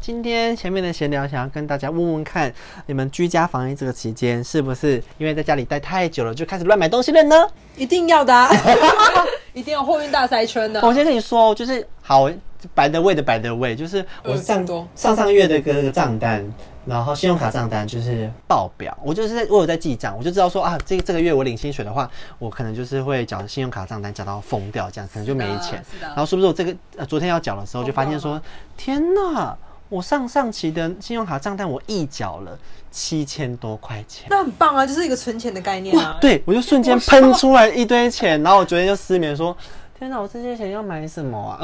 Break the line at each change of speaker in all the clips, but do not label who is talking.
今天前面的闲聊，想要跟大家问问看，你们居家防疫这个期间，是不是因为在家里待太久了，就开始乱买东西了呢？
一定要的、啊， 一定要货运大塞圈 的、
我先跟你说，就是好白的位的白的位，就是我
嗯
上、
多
上上月的个账单，然后信用卡账单就是报表，我就是在我有在记账，我就知道说啊，这这个月我领薪水的话，我可能就是会缴信用卡账单缴到疯掉，这样可能就没钱。
是的
然后是不是我这个、呃、昨天要缴的时候就发现说，天哪！我上上期的信用卡账单我一缴了七千多块钱，
那很棒啊，就是一个存钱的概念啊。
对，我就瞬间喷出来一堆钱，然后我昨天就失眠说：“天哪，我这些钱要买什么啊？，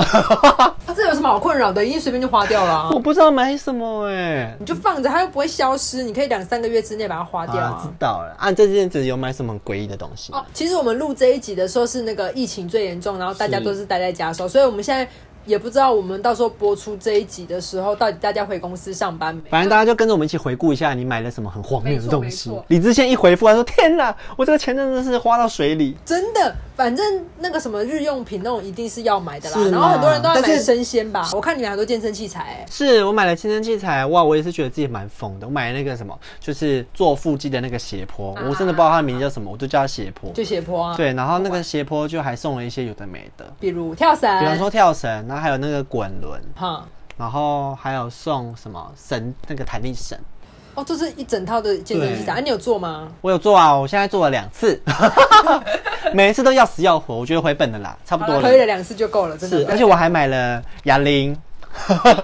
啊，这有什么好困扰的？一定随便就花掉了、啊
我不知道买什么哎、
你就放着，它又不会消失，你可以两三个月之内把它花
好
掉
啦知
啊。
道了啊！这阵子有买什么诡异的东西？
哦，其实我们录这一集的时候是那个疫情最严重，然后大家
是
都是待在家的时
嗯
候，所以我们现在也不知道我们到时候播出这一集的时候，到底大家回公司上班没？
反正大家就跟着我们一起回顾一下，你买了什么很荒谬的
没错
东
没
西
错。
李志宪一回复，他说：“天哪，我这个钱真的是花到水里。
真的，反正那个什么日用品那种一定是要买的啦
是。
然后很多人都在
啦但
买
是
生鲜吧，我看你们很多健身器材、欸”，
是我买了健身器材，哇！我也是觉得自己蛮疯的。我买了那个什么，就是做腹肌的那个斜坡，我真的不知道它的名字叫什么，我就叫它斜坡。
就斜坡啊，
对，然后那个斜坡就还送了一些有的没的，
比如跳伞，
比方说跳绳，然后还有那个滚轮，
哈。
然后还有送什么绳，那个弹力绳。
哦，这是一整套的健身器材，
对
啊，你有做吗？
我有做啊，我现在做了两次， 每一次都要死要活，我觉得回本了啦，差不多
好
了。
了可以了，两次就够了，真
是，而
的。
且我还买了哑铃，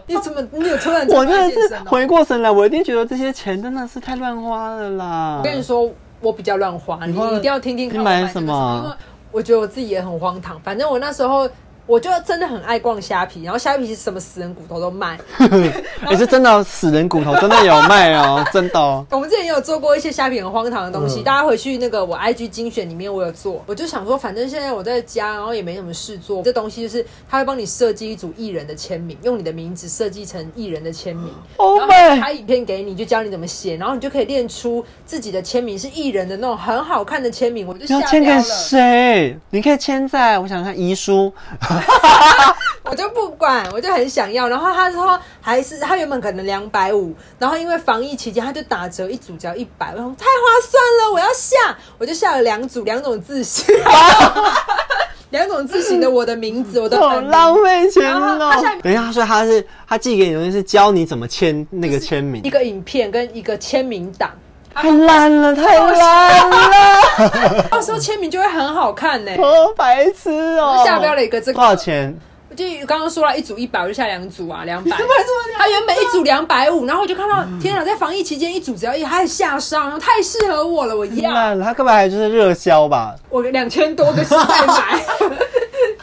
你怎么，你有突然这么
我
爱
真
健
的是
身哦？
回过神来，我一定觉得这些钱真的是太乱花了啦
我。跟你说，我比较乱花，你
你花了
一定要听听看。
你买
我
什么
这个是因为我觉得我自己也很荒唐。反正我那时候，我就真的很爱逛虾皮，然后虾皮是什么死人骨头都卖。
也、是真的哦死人骨头，真的有卖 哦，真的、哦。
我们之前也有做过一些虾皮很荒唐的东西，
嗯
大家回去那个我 IG 精选里面我有做，我就想说，反正现在我在家，然后也没什么事做，这东西就是他会帮你设计一组艺人的签名，用你的名字设计成艺人的签名，
Oh
然后他
my-
拍影片给你，就教你怎么写，然后你就可以练出自己的签名是艺人的那种很好看的签名，我就
要
下
签
标
给
了，
谁？你可以签在我想看遗 书，
我就不管，我就很想要，然后他说还是他原本可能两百五，然后因为防疫期间他就打折一组只要一百，我想太划算了，我要下，我就下了两组两种字型， 两种字型的我的名字，我的
好
本名
哦浪费钱
然后
哦
他下面。
等一下，他说他是他寄给你的东西是教你怎么签那个签名
一，个影片跟一个签名档，
太烂了，太烂了，
到时候签名就会很好看呢、
好白痴哦、
我下标了一个这个
多少钱？
我就刚刚说了一组一百，我就下两组啊，两百。他原本一组两百五，然后我就看到，天啊哪，在防疫期间一组只要一，还下上，太适合我了，我要。
烂了，他根本还就是热销吧？
我两千多个是 在买，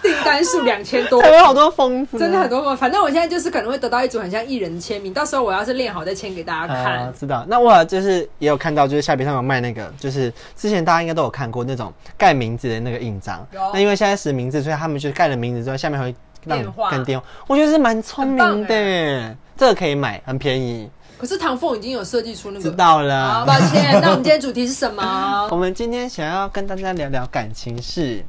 订单数两千多
台。湾好多啊疯子，
真的很多吗？反正我现在就是可能会得到一组很像艺人的签名，到时候我要是练好再签给大家看。
啊，知道。那我就是也有看到，就是下边上有卖那个，就是之前大家应该都有看过那种盖名字的那个印章
有。
那因为现在实名制，所以他们就盖了名字之后，下面还会让你
电话
跟电话。我觉得是蛮聪明
很
的
棒啊
耶，这个可以买，很便宜。
可是唐凤已经有设计出那
知
个，
道
好，
了。
抱歉。那我们今天主题是什么？
我们今天想要跟大家聊聊感情事，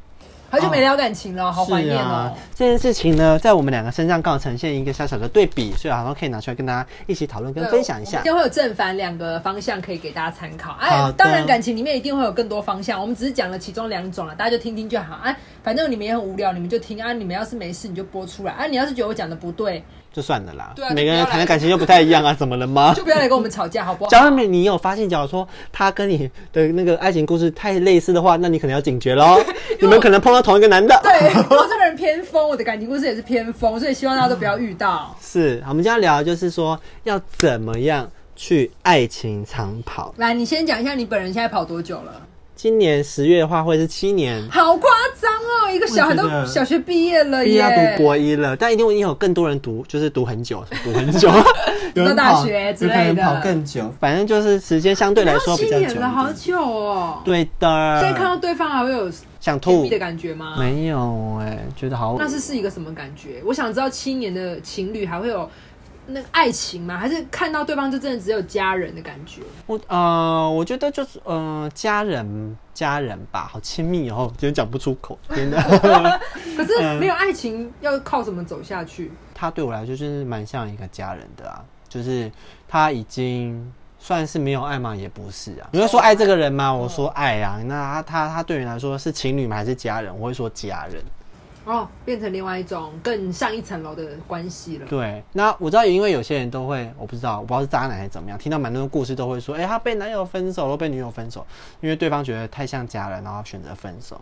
好久没聊感情了，好怀
是
念
啊
哦。，
这件事情呢，在我们两个身上刚好呈现一个小小的对比，所以好像可以拿出来跟大家一起讨论跟
对
分享一
我
下
们今。天会有正反两个方向可以给大家参考。
好
哎
的，
当然感情里面一定会有更多方向，我们只是讲了其中两种啊了，大家就听听就好。哎，反正你们也很无聊，你们就听啊。你们要是没事，你就播出来啊。你要是觉得我讲的不对，
就算了啦
对啊，就
每个
不要
人
来
谈的感情又不太一样啊，怎么了吗？
就不要来跟我们吵架，好不好？
假如你你有发现，假如说他跟你的那个爱情故事太类似的话，那你可能要警觉 喽。你们可能碰到同一个男的。
对， 我这个人偏疯，我的感情故事也是偏疯，所以希望大家都不要遇到。
是，好我们今天要聊的就是说要怎么样去爱情长跑。
来，你先讲一下你本人现在跑多久了？
今年十月的话会是七年，
好夸张哦，一个小孩都
我觉得
小学毕业了
毕业
耶，
哎要读国一了，但一定会有更多人读，就是读很 久，读很久，有人
读到大
跑
学之
有可能
类的
跑更久，反正就是时间相对来
然
说
后
比
七
较久一
年
点。
了，好久哦。
对的。
现在看到对方还会有
想
甜
吐
蜜的感觉吗？
没有哎、觉得好恶
那是是一个什么感觉？我想知道七年的情侣还会有那个爱情吗？还是看到对方就真的只有家人的感觉？
我呃，我觉得就是呃，家人家人吧，好亲密哦，有点讲不出口，真的。
可
嗯
是没有爱情要靠什么走下去？
他对我来说就是蛮像一个家人的啊，就是他已经算是没有爱吗？也不是啊。你会说爱这个人吗？我说爱啊。那他他他对你来说是情侣吗？还是家人？我会说家人。
哦，变成另外一种更上一层楼的关系了。
对，那我知道，因为有些人都会，我不知道，我不知道是渣男还是怎么样，听到蛮多的故事都会说，哎、他被男友分手了，被女友分手，因为对方觉得太像家人，然后选择分手。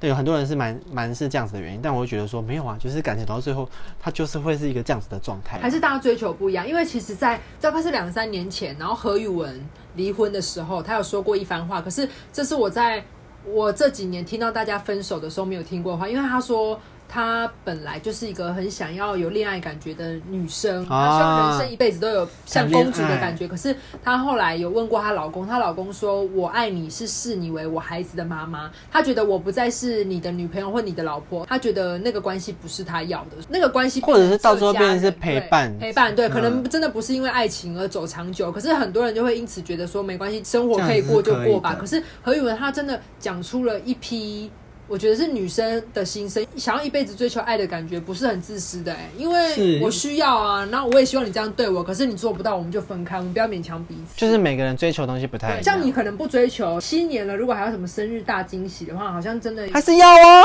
对，有很多人是蛮蛮是这样子的原因，但我会觉得说没有啊，就是感情到最后，他就是会是一个这样子的状态。
还是大家追求不一样，因为其实在，大概是两三年前，然后何宇文离婚的时候，他有说过一番话，可是这是我在我这几年听到大家分手的时候没有听过的话，因为他说他本来就是一个很想要有恋爱感觉的女生，
啊
她希望人生一辈子都有像公主的感觉。可是她后来有问过她老公，她老公说：“我爱你是视你为我孩子的妈妈。”她觉得我不再是你的女朋友或你的老婆，她觉得那个关系不是她要的，那个关系变成
或者是到最后
家人
变成是陪伴
对陪伴，对，
嗯
可能真的不是因为爱情而走长久，可是很多人就会因此觉得说没关系，生活可以过就过吧。
这
可
样
是何宇文他真的讲出了一批。我觉得是女生的心声，想要一辈子追求爱的感觉不是很自私的、欸，因为
是
我需要啊，然后我也希望你这样对我，可是你做不到，我们就分开，我们不要勉强彼此。
就是每个人追求的东西不太一
对
样。
像你可能不追求七年了，如果还有什么生日大惊喜 的话，好像真的
还是要 哦，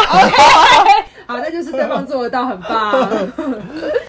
好，那就是对方做得到，很 棒。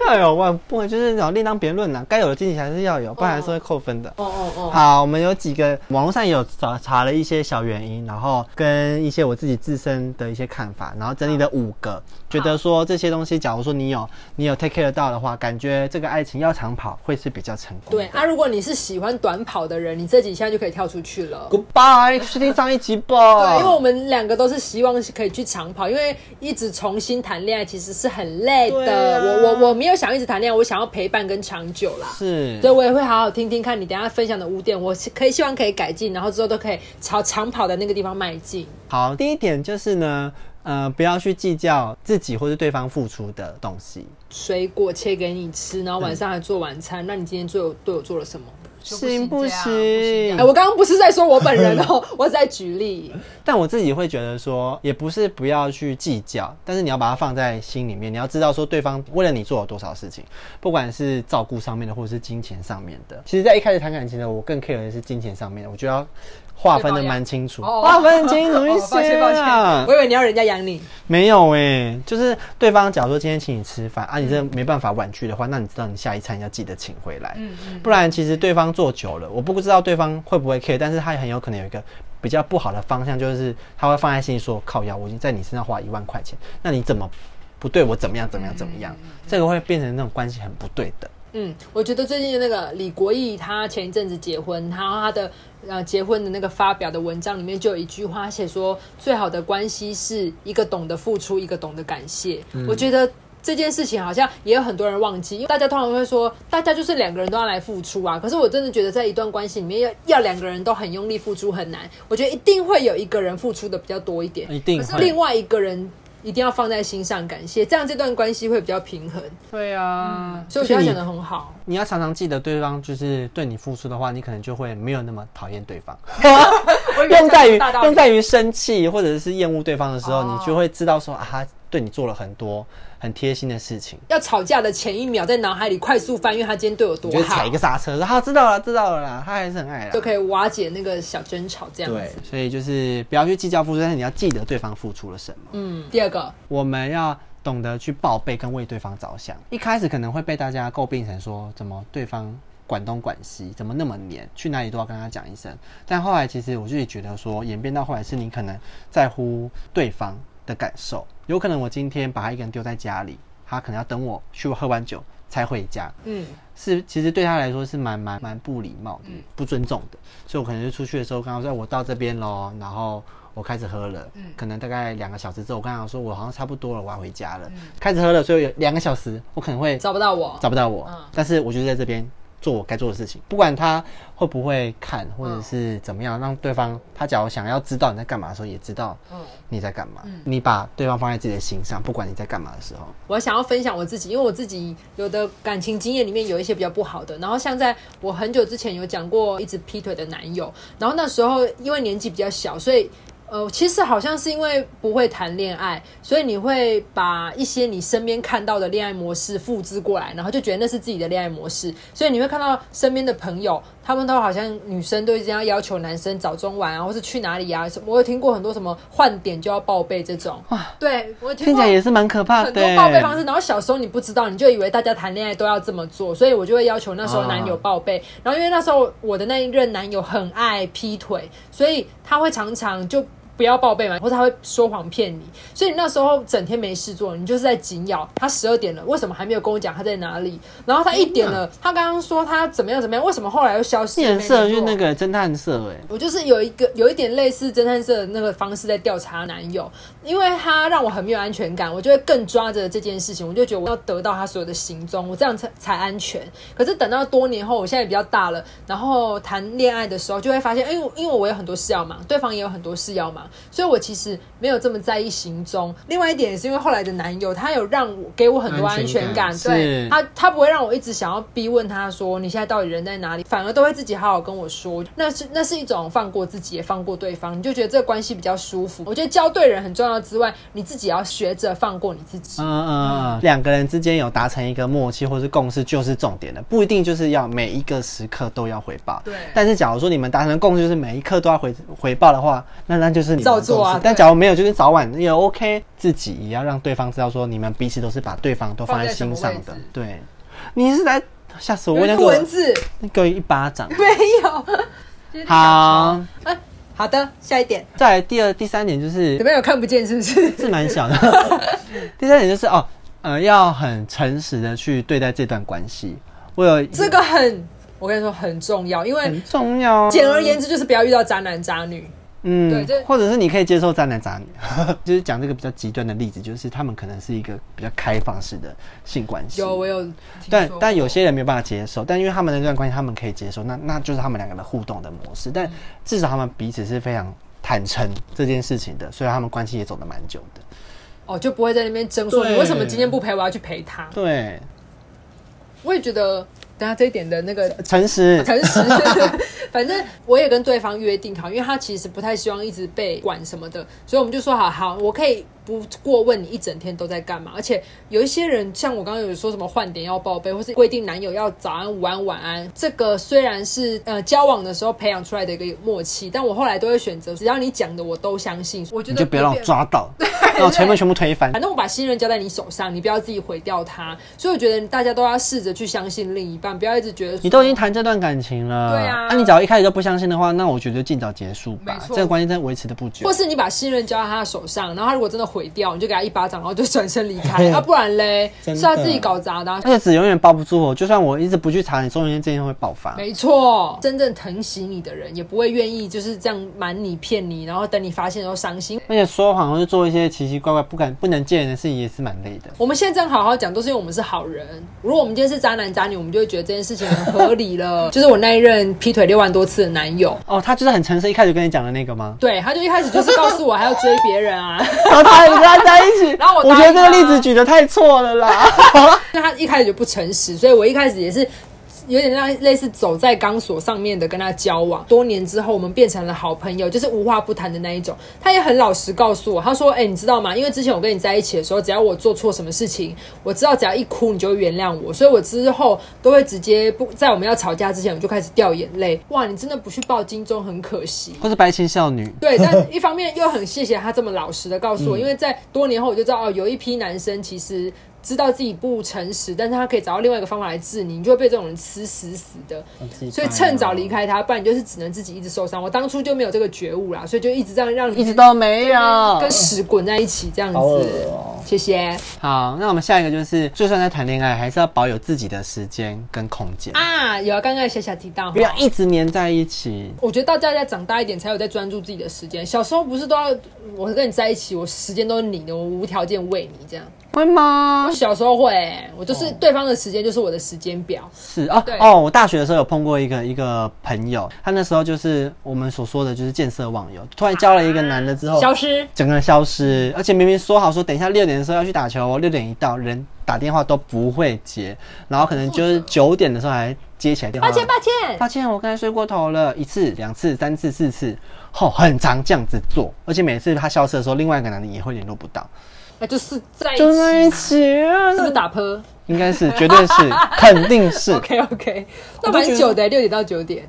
要有万不能就是那种另当别论啦，该有的惊喜还是要有，不然还是会扣分的。
哦哦哦，
好，我们有几个网络上也有查查了一些小原因，然后跟一些我自己自身的一些看法，然后整理了五个，觉得说这些东西，假如说你有你有 take care 到的话，感觉这个爱情要长跑会是比较成功
对
的。
啊，如果你是喜欢短跑的人，你这几下就可以跳出去了。
Goodbye，去听上一集吧。
对，因为我们两个都是希望是可以去长跑，因为一直重新谈恋爱其实是很累
对
的。
啊
我我我没有想一直谈恋爱，我想要陪伴跟长久啦。
是
对，我也会好好听听看你等一下分享的污点，我是可以希望可以改进，然后之后都可以朝长跑的那个地方迈进。
好，第一点就是呢，呃，不要去计较自己或是对方付出的东西。
水果切给你吃，然后晚上还做晚餐，那你今天做有对我做了什么？
行
不
不
行这
哎、
行？
我刚刚不是在说我本人哦，我是在举例。
但我自己会觉得说，也不是不要去计较，但是你要把它放在心里面，你要知道说对方为了你做了多少事情，不管是照顾上面的，或者是金钱上面的。其实，在一开始谈感情的，我更 care 的是金钱上面的，我觉得要划分的蛮清楚，
哦
划分清楚一
哦抱
些
歉抱
啊
歉，我。以为你要人家养你。
没有哎、就是对方假如说今天请你吃饭啊，你真的没办法婉拒的话，那你知道你下一餐要记得请回
嗯
来，不然其实对方做久了，我不知道对方会不会 care，但是他很有可能有一个比较不好的方向，就是他会放在心里说靠腰，我已经在你身上花一万块钱，那你怎么不对我怎么样怎么样怎么样，这个会变成那种关系很不对等。
嗯，我觉得最近的那个李国毅，他前一阵子结婚，然后他的呃结婚的那个发表的文章里面就有一句话他写说，最好的关系是一个懂得付出，一个懂得感谢。
嗯
我觉得。这件事情好像也有很多人忘记，因为大家通常会说，大家就是两个人都要来付出啊。可是我真的觉得，在一段关系里面要，要两个人都很用力付出很难。我觉得一定会有一个人付出的比较多一点，
一定
可是
会
另外一个人一定要放在心上感谢，这样这段关系会比较平衡。
对啊
所以我觉得他讲的很好。
你要常常记得对方就是对你付出的话，你可能就会没有那么讨厌对方。
哦
用在于用在于生气或者是厌恶对方的时候，
哦
你就会知道说啊，他对你做了很多很贴心的事情，
要吵架的前一秒，在脑海里快速翻阅他今天对我多
你就会
好
踩一，个刹车说好啊知道了知道了啦，他还是很爱啦
就。可以瓦解那个小争吵这样
对
子。，
所以就是不要去计较付出，但是你要记得对方付出了什么。
嗯，第二个，
我们要懂得去报备跟为对方着想。一开始可能会被大家诟病成说，怎么对方管东管西，怎么那么黏，去哪里都要跟他讲一声。但后来其实我自己觉得说，演变到后来是你可能在乎对方的感受，有可能我今天把他一个人丢在家里，他可能要等我去喝完酒才回家，
嗯，
是其实对他来说是蛮蛮蛮不礼貌的、不尊重的，所以我可能就出去的时候跟他说哎我到这边喽，然后我开始喝了，
嗯
可能大概两个小时之后，我跟他说我好像差不多了，我要回家了，开始喝了，所以有两个小时我可能会
嗯找不到我，
找不到我，
嗯
但是我就是在这边做我该做的事情，不管他会不会看或
嗯
者是怎么样，让对方他假如想要知道你在干嘛的时候，也知道
嗯
你在干嘛，你把对方放在自己的心上，不管你在干嘛的时候，
我想要分享我自己，因为我自己有的感情经验里面有一些比较不好的，然后像在我很久之前有讲过一直劈腿的男友，然后那时候因为年纪比较小，所以。呃，其实好像是因为不会谈恋爱，所以你会把一些你身边看到的恋爱模式复制过来，然后就觉得那是自己的恋爱模式。所以你会看到身边的朋友，他们都好像女生都一直要要求男生早中晚啊，或是去哪里啊。什么我有听过很多什么换点就要报备这种，对我
听
听
起
过
来也是蛮可怕
很
的
多
欸。
报备方式，然后小时候你不知道，你就以为大家谈恋爱都要这么
啊
做，所以我就会要求那时候男友报备。然后因为那时候我的那一任男友很爱劈腿，所以他会常常就不要报备嘛，或者他会说谎骗你。所以你那时候整天没事做，你就是在紧咬他十二点了，为什么还没有跟我讲他在哪里？然后他一点了，他刚刚说他怎么样怎么样，为什么后来又消失？
颜
没
色
联
就是
络
那个侦探社哎，
我就是有一个有一点类似侦探社的那个方式在调查男友，因为他让我很没有安全感，我就会更抓着这件事情，我就觉得我要得到他所有的行踪，我这样才才安全。可是等到多年后，我现在比较大了，然后谈恋爱的时候就会发现，哎、因为因为我有很多事要忙，对方也有很多事要忙，所以我其实没有这么在意行踪。另外一点也是因为后来的男友，他有让我给我很多安全感，
安全感
对
是
他他不会让我一直想要逼问他说你现在到底人在哪里，反而都会自己好好跟我说。那是那是一种放过自己，也放过对方，你就觉得这个关系比较舒服。我觉得交对人很重要之外，你自己也要学着放过你自己。
嗯嗯嗯，两个人之间有达成一个默契或是共识就是重点的，不一定就是要每一个时刻都要回报。
对
但是假如说你们达成共识，就是每一刻都要回回报的话，那那就是你们的
照做啊
共识
对
但假如没有，就是早晚也 OK，自己也要让对方知道说你们彼此都是把对方都放在心上
放在什
的
么位置。
对，你是来吓死我，
有
我
一
那
个文
个
字
那个一巴 掌。
没有。
好，
哎，好的，下一点，
再来第二第三点就是
怎么样？有看不见是 不是？
是蛮小的。 第三点就是哦，呃，要很诚实的去对待这段关系。我有
这个很，我跟你说很重要，因为
很重要。啊
简而，言之就是不要遇到渣男渣女。对
嗯
这，
或者是你可以接受渣男渣女， 就是讲这个比较极端的例子，就是他们可能是一个比较开放式的性关系。
有，我有听
但
说
但有
过
些人没有办法接受，但因为他们那段关系他们可以接受，那那就是他们两个的互动的模式。
嗯
但至少他们彼此是非常坦诚这件事情的，所以他们关系也走得蛮久的。
哦，就不会在那边争说
对
你为什么今天不陪我要去陪他。
对，
我也觉得，等下这一点的那个
诚实，
诚实， 反正我也跟对方约定好，因为他其实不太希望一直被管什么的，所以我们就说好好，我可以不过问你一整天都在干嘛。而且有一些人，像我刚刚有说什么换点要报备，或是规定男友要早安、午安、晚安，这个虽然是呃交往的时候培养出来的一个默契，但我后来都会选择，只要你讲的我都相信，我觉
你
得
就不要让我
变
抓到， 让我前面全部推翻
反。正我把信任交在你手上，你不要自己毁掉它。所以我觉得大家都要试着去相信另一半，不要一直觉得
你
说
都已经谈这段感情了，
对啊
那、你只要一开始就不相信的话，那我觉得就尽早结束吧
没，错
这个关系真的维持的不久
或。是你把信任交在他的手上，然后他如果真的毁掉，你就给他一巴掌，然后就转身离 开。啊，不然嘞，
真
是
的
他自己搞砸的啊、
而且纸永远包不住哦我，就算我一直不去查，你总有一天这件事会爆发。
没错，真正疼惜你的人也不会愿意就是这样瞒你、骗你，然后等你发现的时候伤心。
而且说谎或者做一些奇奇怪怪、不敢不能见人的事情也是蛮累的。
我们现在这样好好讲，都是因为我们是好人。如果我们今天是渣男渣女，我们就会觉得这件事情很合理 了。就是我那一任劈腿六万多次的男友，？
哦，他就是很诚实，一开始跟你讲的那个吗
对，他就一开始就是告诉我还要追别人啊。
然后他还跟他在一起，
然后我答应
我觉得这个例
他
子举的太错了 啦。
那他一开始就不诚实，所以我一开始也是有点让类似走在钢索上面的跟他交往。多年之后，我们变成了好朋友，就是无话不谈的那一种。他也很老实告诉我，他说：“哎、你知道吗？因为之前我跟你在一起的时候，只要我做错什么事情，我知道只要一哭你就会原谅我，所以我之后都会直接不在我们要吵架之前，我就开始掉眼泪。哇，你真的不去报金钟很可惜。”
或是白情少女，
对， 但一方面又很谢谢他这么老实的告
嗯
诉我，因为在多年后我就知道哦，有一批男生其实知道自己不诚实，但是他可以找到另外一个方法来治你，你就会被这种人吃死死的。
嗯
所以趁早离，开他，不然你就是只能自己一直受伤。我当初就没有这个觉悟啦，所以就一直这样让你
一直都没有。
跟屎滚在一起这样
好恶
子。
哦
谢谢
好，那我们下一个就是，就算在谈恋爱，还是要保有自己的时间跟空间。
啊，有啊刚刚小小提到
不。要一直黏在一起。
我觉得到大家长大一点才有在专注自己的时间。小时候不是都要我跟你在一起，我时间都是你的，我无条件为你这样。
会吗
我？啊小时候会、我就是
哦
对方的时间就是我的时间表。
是哦
对
哦，我大学的时候有碰过一个一个朋友，他那时候就是我们所说的就是见色忘友，突然交了一个男的之后，
消失，
整个人消失，而且明明说好说等一下六点的时候要去
哦
打球哦，六点一到人打电话都不会接，然后可能就是九点的时候还接起来电话，
抱歉抱歉，
抱歉，我刚才睡过头了，一次、两次、三次、四次，吼、很常这样子做，而且每次他消失的时候，另外一个男的也会联络不到，
那就是在一
就在
起，
一起啊，
是不是打泼
应该是，绝对是，肯定是，
？OK OK，那
我就觉
蛮
得
久的，六点到九点。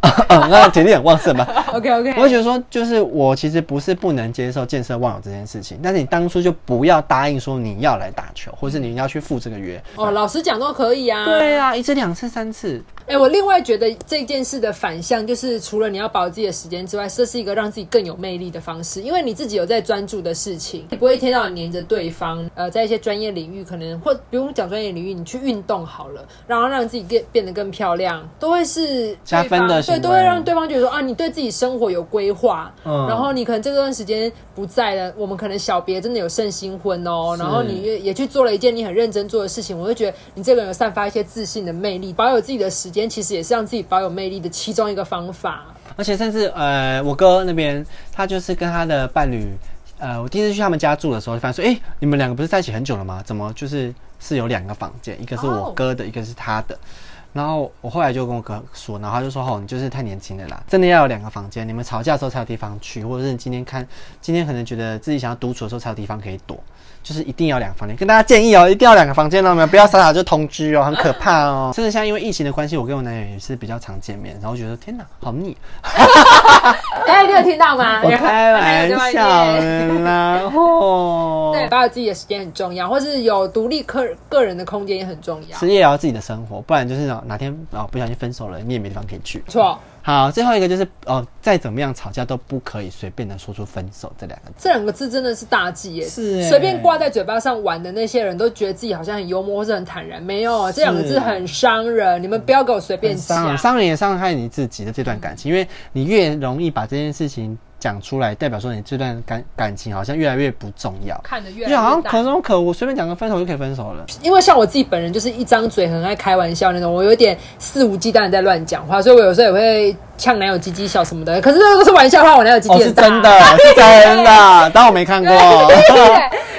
嗯，那体力很旺盛吧？
OK OK，
我会觉得说，就是我其实不是不能接受见色忘友这件事情，但是你当初就不要答应说你要来打球，或是你要去赴这个约。
哦，老师讲都可以啊。
对啊，一次、两次、三次，
哎、我另外觉得这件事的反向就是，除了你要把握自己的时间之外，这是一个让自己更有魅力的方式，因为你自己有在专注的事情，你不会一天到晚黏着对方。呃，在一些专业领域，可能或不用讲专业领域，你去运动好了，然后让自己变变得更漂亮，都会是
加分的
对方
行
对，
为
都会让对方觉得说啊，你对自己生活有规划，
嗯
然后你可能这段时间不在了，我们可能小别真的有胜新婚哦，
是
然后你也也去做了一件你很认真做的事情，我会觉得你这个人有散发一些自信的魅力，保有自己的时间，其实也是让自己保有魅力的其中一个方法。
而且甚至呃，我哥那边他就是跟他的伴侣，呃，我第一次去他们家住的时候，就发现说，哎、你们两个不是在一起很久了吗？怎么就是是有两个房间，一个是我
哦
哥的，一个是他的。然后我后来就跟我哥说，然后他就说：“哦，你就是太年轻了啦，真的要有两个房间，你们吵架的时候才有地方去，或者是你今天看，今天可能觉得自己想要独处的时候才有地方可以躲，就是一定要两个房间。跟大家建议哦，一定要两个房间哦，你们不要傻傻就同居哦，很可怕哦。甚至像因为疫情的关系，我跟我男友也是比较常见面，然后觉得天哪，好腻，哦
哎，你有听到吗？
我开玩笑
有在外面
的啦，吼，
对，保有自己的时间很重要，或是有独立个个人的空间也很重要。
其实也要自己的生活，不然就是哪哪天啊、哦、不小心分手了，你也没地方可以去。
没错，
好，最后一个就是哦，再怎么样吵架都不可以随便的说出分手这两个字。
这两个字真的是大忌耶！
是耶
随便挂在嘴巴上玩的那些人都觉得自己好像很幽默或是很坦然，没有，这两个字很伤人。你们不要给我随
啊
便
伤
讲
人，。伤人也伤害你自己的这段感情，因为你越容易把这件事情讲出来，代表说你这段感感情好像越来越不重要，
看得越来
就好
越
像
大
可中可无，随便讲个分手就可以分手了。
因为像我自己本人就是一张嘴很爱开玩笑那种，我有点肆无忌惮的在乱讲话，所以我有时候也会呛男友鸡鸡笑什么的。可是那都是玩笑话，我男友鸡
哦，
鸡
是
很大
真 的，是真 的，当我没看过。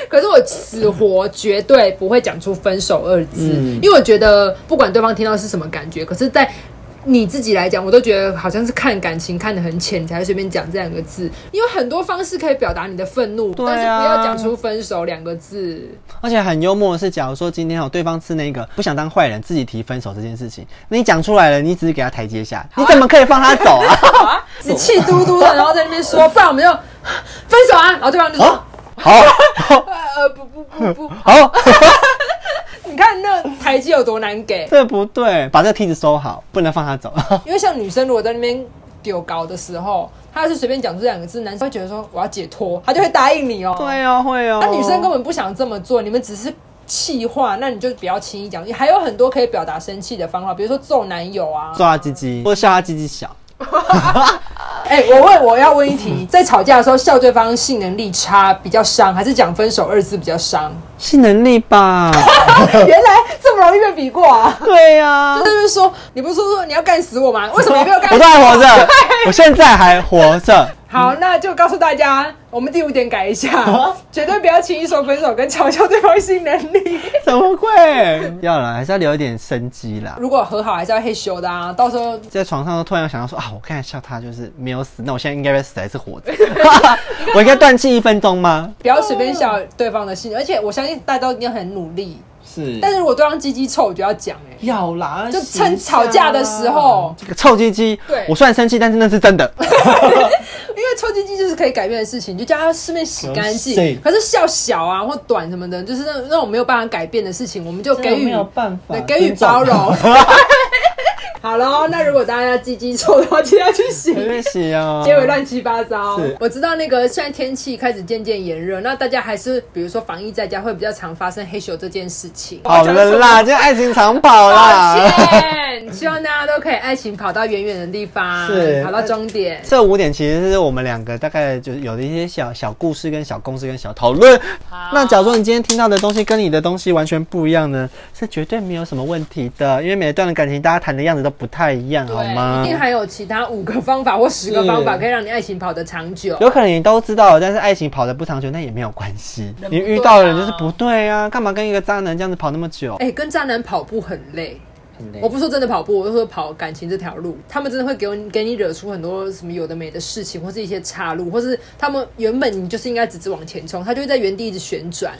可是我死活绝对不会讲出分手二字，
嗯
因为我觉得不管对方听到是什么感觉，可是，在你自己来讲，我都觉得好像是看感情看得很浅，你才会随便讲这两个字。你有很多方式可以表达你的愤怒，
对啊
但是不要讲出分手两个字。
而且很幽默的是，假如说今天哦，对方是那个不想当坏人，自己提分手这件事情，那你讲出来了，你只是给他台阶下，你怎么可以放他走 啊？
你气嘟嘟的，然后在那边说，不然我们就分手啊！然后对方就说。
啊好，
呃呃不不不不，
好，
你看那台阶有多难给，
这不对，把这个梯子收好，不能放他走。
因为像女生如果在那边丢搞的时候，她要是随便讲出这两个字，男生会觉得说我要解脱，他就会答应你哦。，
对哦， 会哦。
那女生根本不想这么做，你们只是气话，那你就不要轻易讲。还有很多可以表达生气的方法，比如说揍男友啊。
抓他鸡鸡，或笑他鸡鸡 小。
哎、我问我要问一题，在吵架的时候笑对方性能力差比较伤，还是讲分手二字比较伤？
性能力吧？
原来这么容易被比过啊！
对呀、啊
他，就是说，你不是说说你要干死我吗？为什么你没有干死
我都还活 着，我现在还活着。
好，那就告诉大家，我们第五点改一下， 绝对不要轻易说分手跟嘲笑对方性能力。
怎么会？要了，还是要留一点生机啦。
如果和好还是要嘿咻的啊，到时候
在床上都突然想到说啊，我刚才笑他就是没有死，那我现在应该要死还是活着？ 我应该断气一分钟吗？
不要随便笑对方的性，而且我相信大家都一定很努力。
是
但是如果对方鸡鸡臭，我就要讲哎、
要啦，
就趁吵架的时候，
这个臭鸡鸡，
对
我虽然生气，但是那是真的。
因为臭鸡鸡就是可以改变的事情，你就叫他顺便洗干
可是
净。可是笑小啊或短什么的，就是那种那种没有办法改变的事情，我们就给予
办
对，给予包容。 好喽，那如果大家鸡鸡臭的话，记得要去 洗。
对不起哦。
结尾乱七八糟
是。
我知道那个现在天气开始渐渐炎热，那大家还是比如说防疫在家会比较常发生黑咻这件事情。
好了啦，这爱情长跑啦。
抱歉，希望大家都可以爱情跑到远远的地方，
是
跑到终点。
这五点其实是我们两个大概就是有的一些小小故事、跟小公式、跟小讨论。那假如说你今天听到的东西跟你的东西完全不一样呢，是绝对没有什么问题的，因为每一段的感情大家谈的样子都不太一样，好
对，
吗
一？定还有其他五个方法或十个
是
方法可以让你爱情跑得长久。
有可能你都知道了，但是爱情跑得不长久，那也没有关系。
人不
你
对啊哎
遇到的人就是不对啊，干嘛跟一个渣男这样子跑那么久？
哎、跟渣男跑步很累，
很累
我。不是说真的跑步，我是说跑感情这条路，他们真的会给我给你惹出很多什么有的没的事情，或是一些岔路，或是他们原本你就是应该直直往前冲，他就会在原地一直旋转，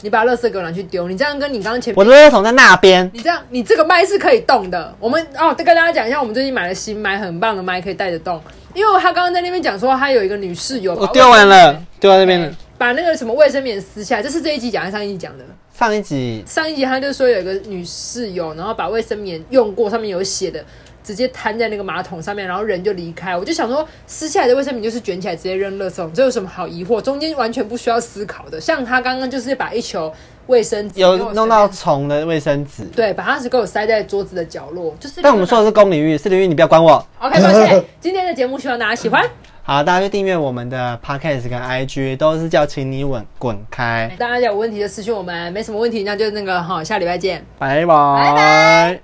你把垃圾给我拿去丢，你这样跟你刚刚前面
我的垃圾桶在那边，
你这样，你这个麦是可以动的。我们哦，再跟大家讲一下，我们最近买了新麦，很棒的麦，可以带着动。因为他刚刚在那边讲说，他有一个女室友，
我丢完了，丢在那边了。
把那个什么卫生棉撕下来，这是这一集讲，还是上一集讲的。
上一集
上一集他就说有一个女室友，然后把卫生棉用过，上面有写的，直接摊在那个马桶上面，然后人就离开。我就想说，撕下来的卫生棉就是卷起来直接扔垃圾桶，这有什么好疑惑？中间完全不需要思考的。像他刚刚就是把一球卫生纸给我
有
塞
弄到虫的卫生纸，
对，把它是给我塞在桌子的角落，就是。
但我们说的是公领域，私领域你不要管我。
OK，抱歉，今天的节目希望大家喜欢，
好，大家去订阅我们的 podcast 跟 IG，都是叫请你滚滚开，
大家有问题就私讯我们，没什么问题那就那个哈，下礼拜见。
拜拜。